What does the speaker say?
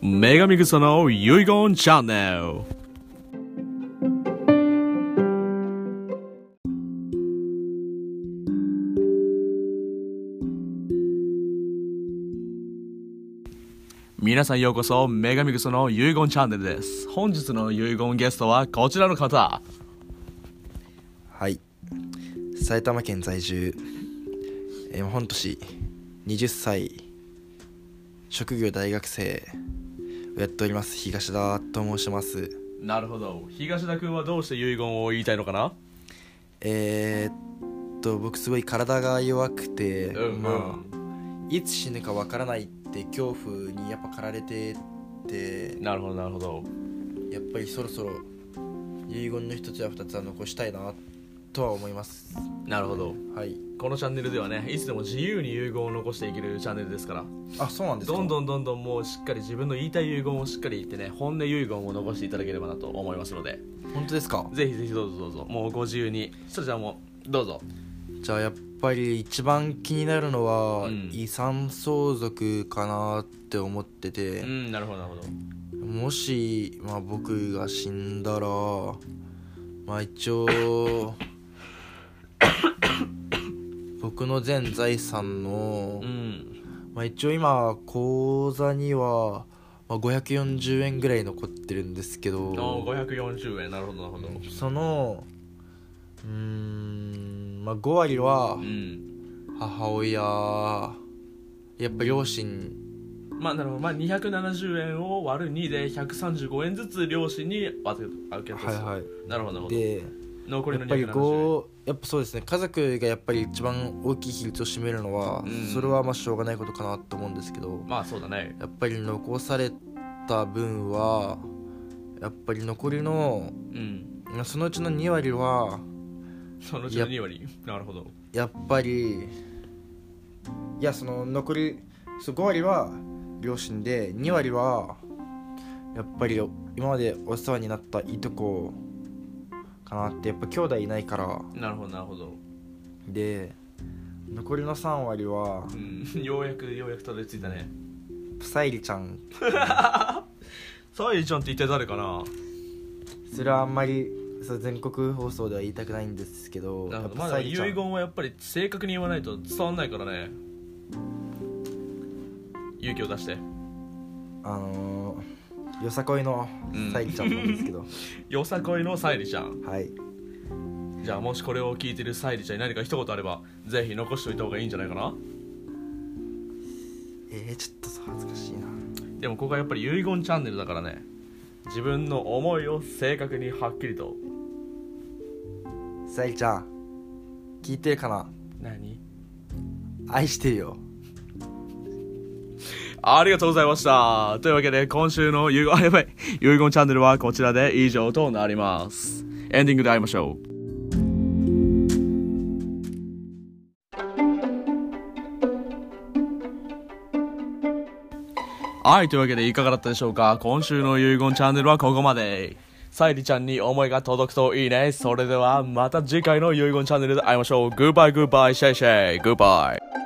女神草の遺言チャンネル皆さんようこそ女神草の遺言チャンネルです本日の遺言ゲストはこちらの方はい埼玉県在住、えー、本年20歳職業大学生をやっております東田と申しますなるほど東田君はどうして遺言を言いたいのかなえー、っと僕すごい体が弱くて、うんまあいつ死ぬかわからないって恐怖にやっぱ駆られててなるほどなるほどやっぱりそろそろ遺言の一つや二つは残したいなとは思いますなるほどはいこのチャンネルではねいつでも自由に遺言を残していけるチャンネルですからあそうなんですかどんどんどんどんもうしっかり自分の言いたい遺言をしっかり言ってね本音遺言を残していただければなと思いますので本当ですかぜひぜひどうぞどうぞもうご自由にそれじゃあもうどうぞじゃあやっぱり一番気になるのはうん遺産相続かなって思ってうて、んなるほどなるほどもし、まあ、僕が死んだらまあ一 応僕の全財産のう、んまあ、一応今口座には、まあ、540円ぐらい残ってるんですけあど540円なるほどなるほどそのうーんまあ5割はうん母親やっぱ両親まあなるほどまあ270円を割る2で135円ずつ両親に分け分け渡すないるほどなるほどで残りやのっぱり270円こうやっぱそうですね家族がやっぱり一番大きい比率を占めるのは、うんそれはまあしょうがないことかなと思うんですけどまあそうだねやっぱり残された分はやっぱり残りのうんまあそのうちの2割はそのうちの2割なるほどやっぱりいやその残りそう5割は両親で2割はやっぱり今までお世話になったいとこかなってやっぱ兄弟いないからなるほどなるほどで残りの3割はうんようやくようやくたどり着いたねサイリちゃんサイリちゃんって一体誰かなそれはあんまりそう全国放送では言いたくないんですけどなるほどやまっだぱ遺言はやっぱり正確に言わないと伝わんないからね勇気を出してあのーよさこいのサイリちゃんなんですけど、よさこいの沙莉ちゃんはいじゃあもしこれを聞いてる沙莉ちゃんに何か一言あればぜひ残しておいた方がいいんじゃないかなえー、ちょっと恥ずかしいなでもここはやっぱり遺言チャンネルだからね自分の思いを正確にはっきりとさゆりちゃん聞いてるかな何愛してるよありがとうございました。というわけで、今週の 遺言、あ、やばい、遺言チャンネルはこちらで以上となります。エンディングで会いましょう。はい、というわけでいかがだったでしょうか今週の遺言チャンネルはここまで。さゆりちゃんに思いが届くといいね。それではまた次回の遺言チャンネルで会いましょう。グッバイグッバイシェイシェイ。グッバイ。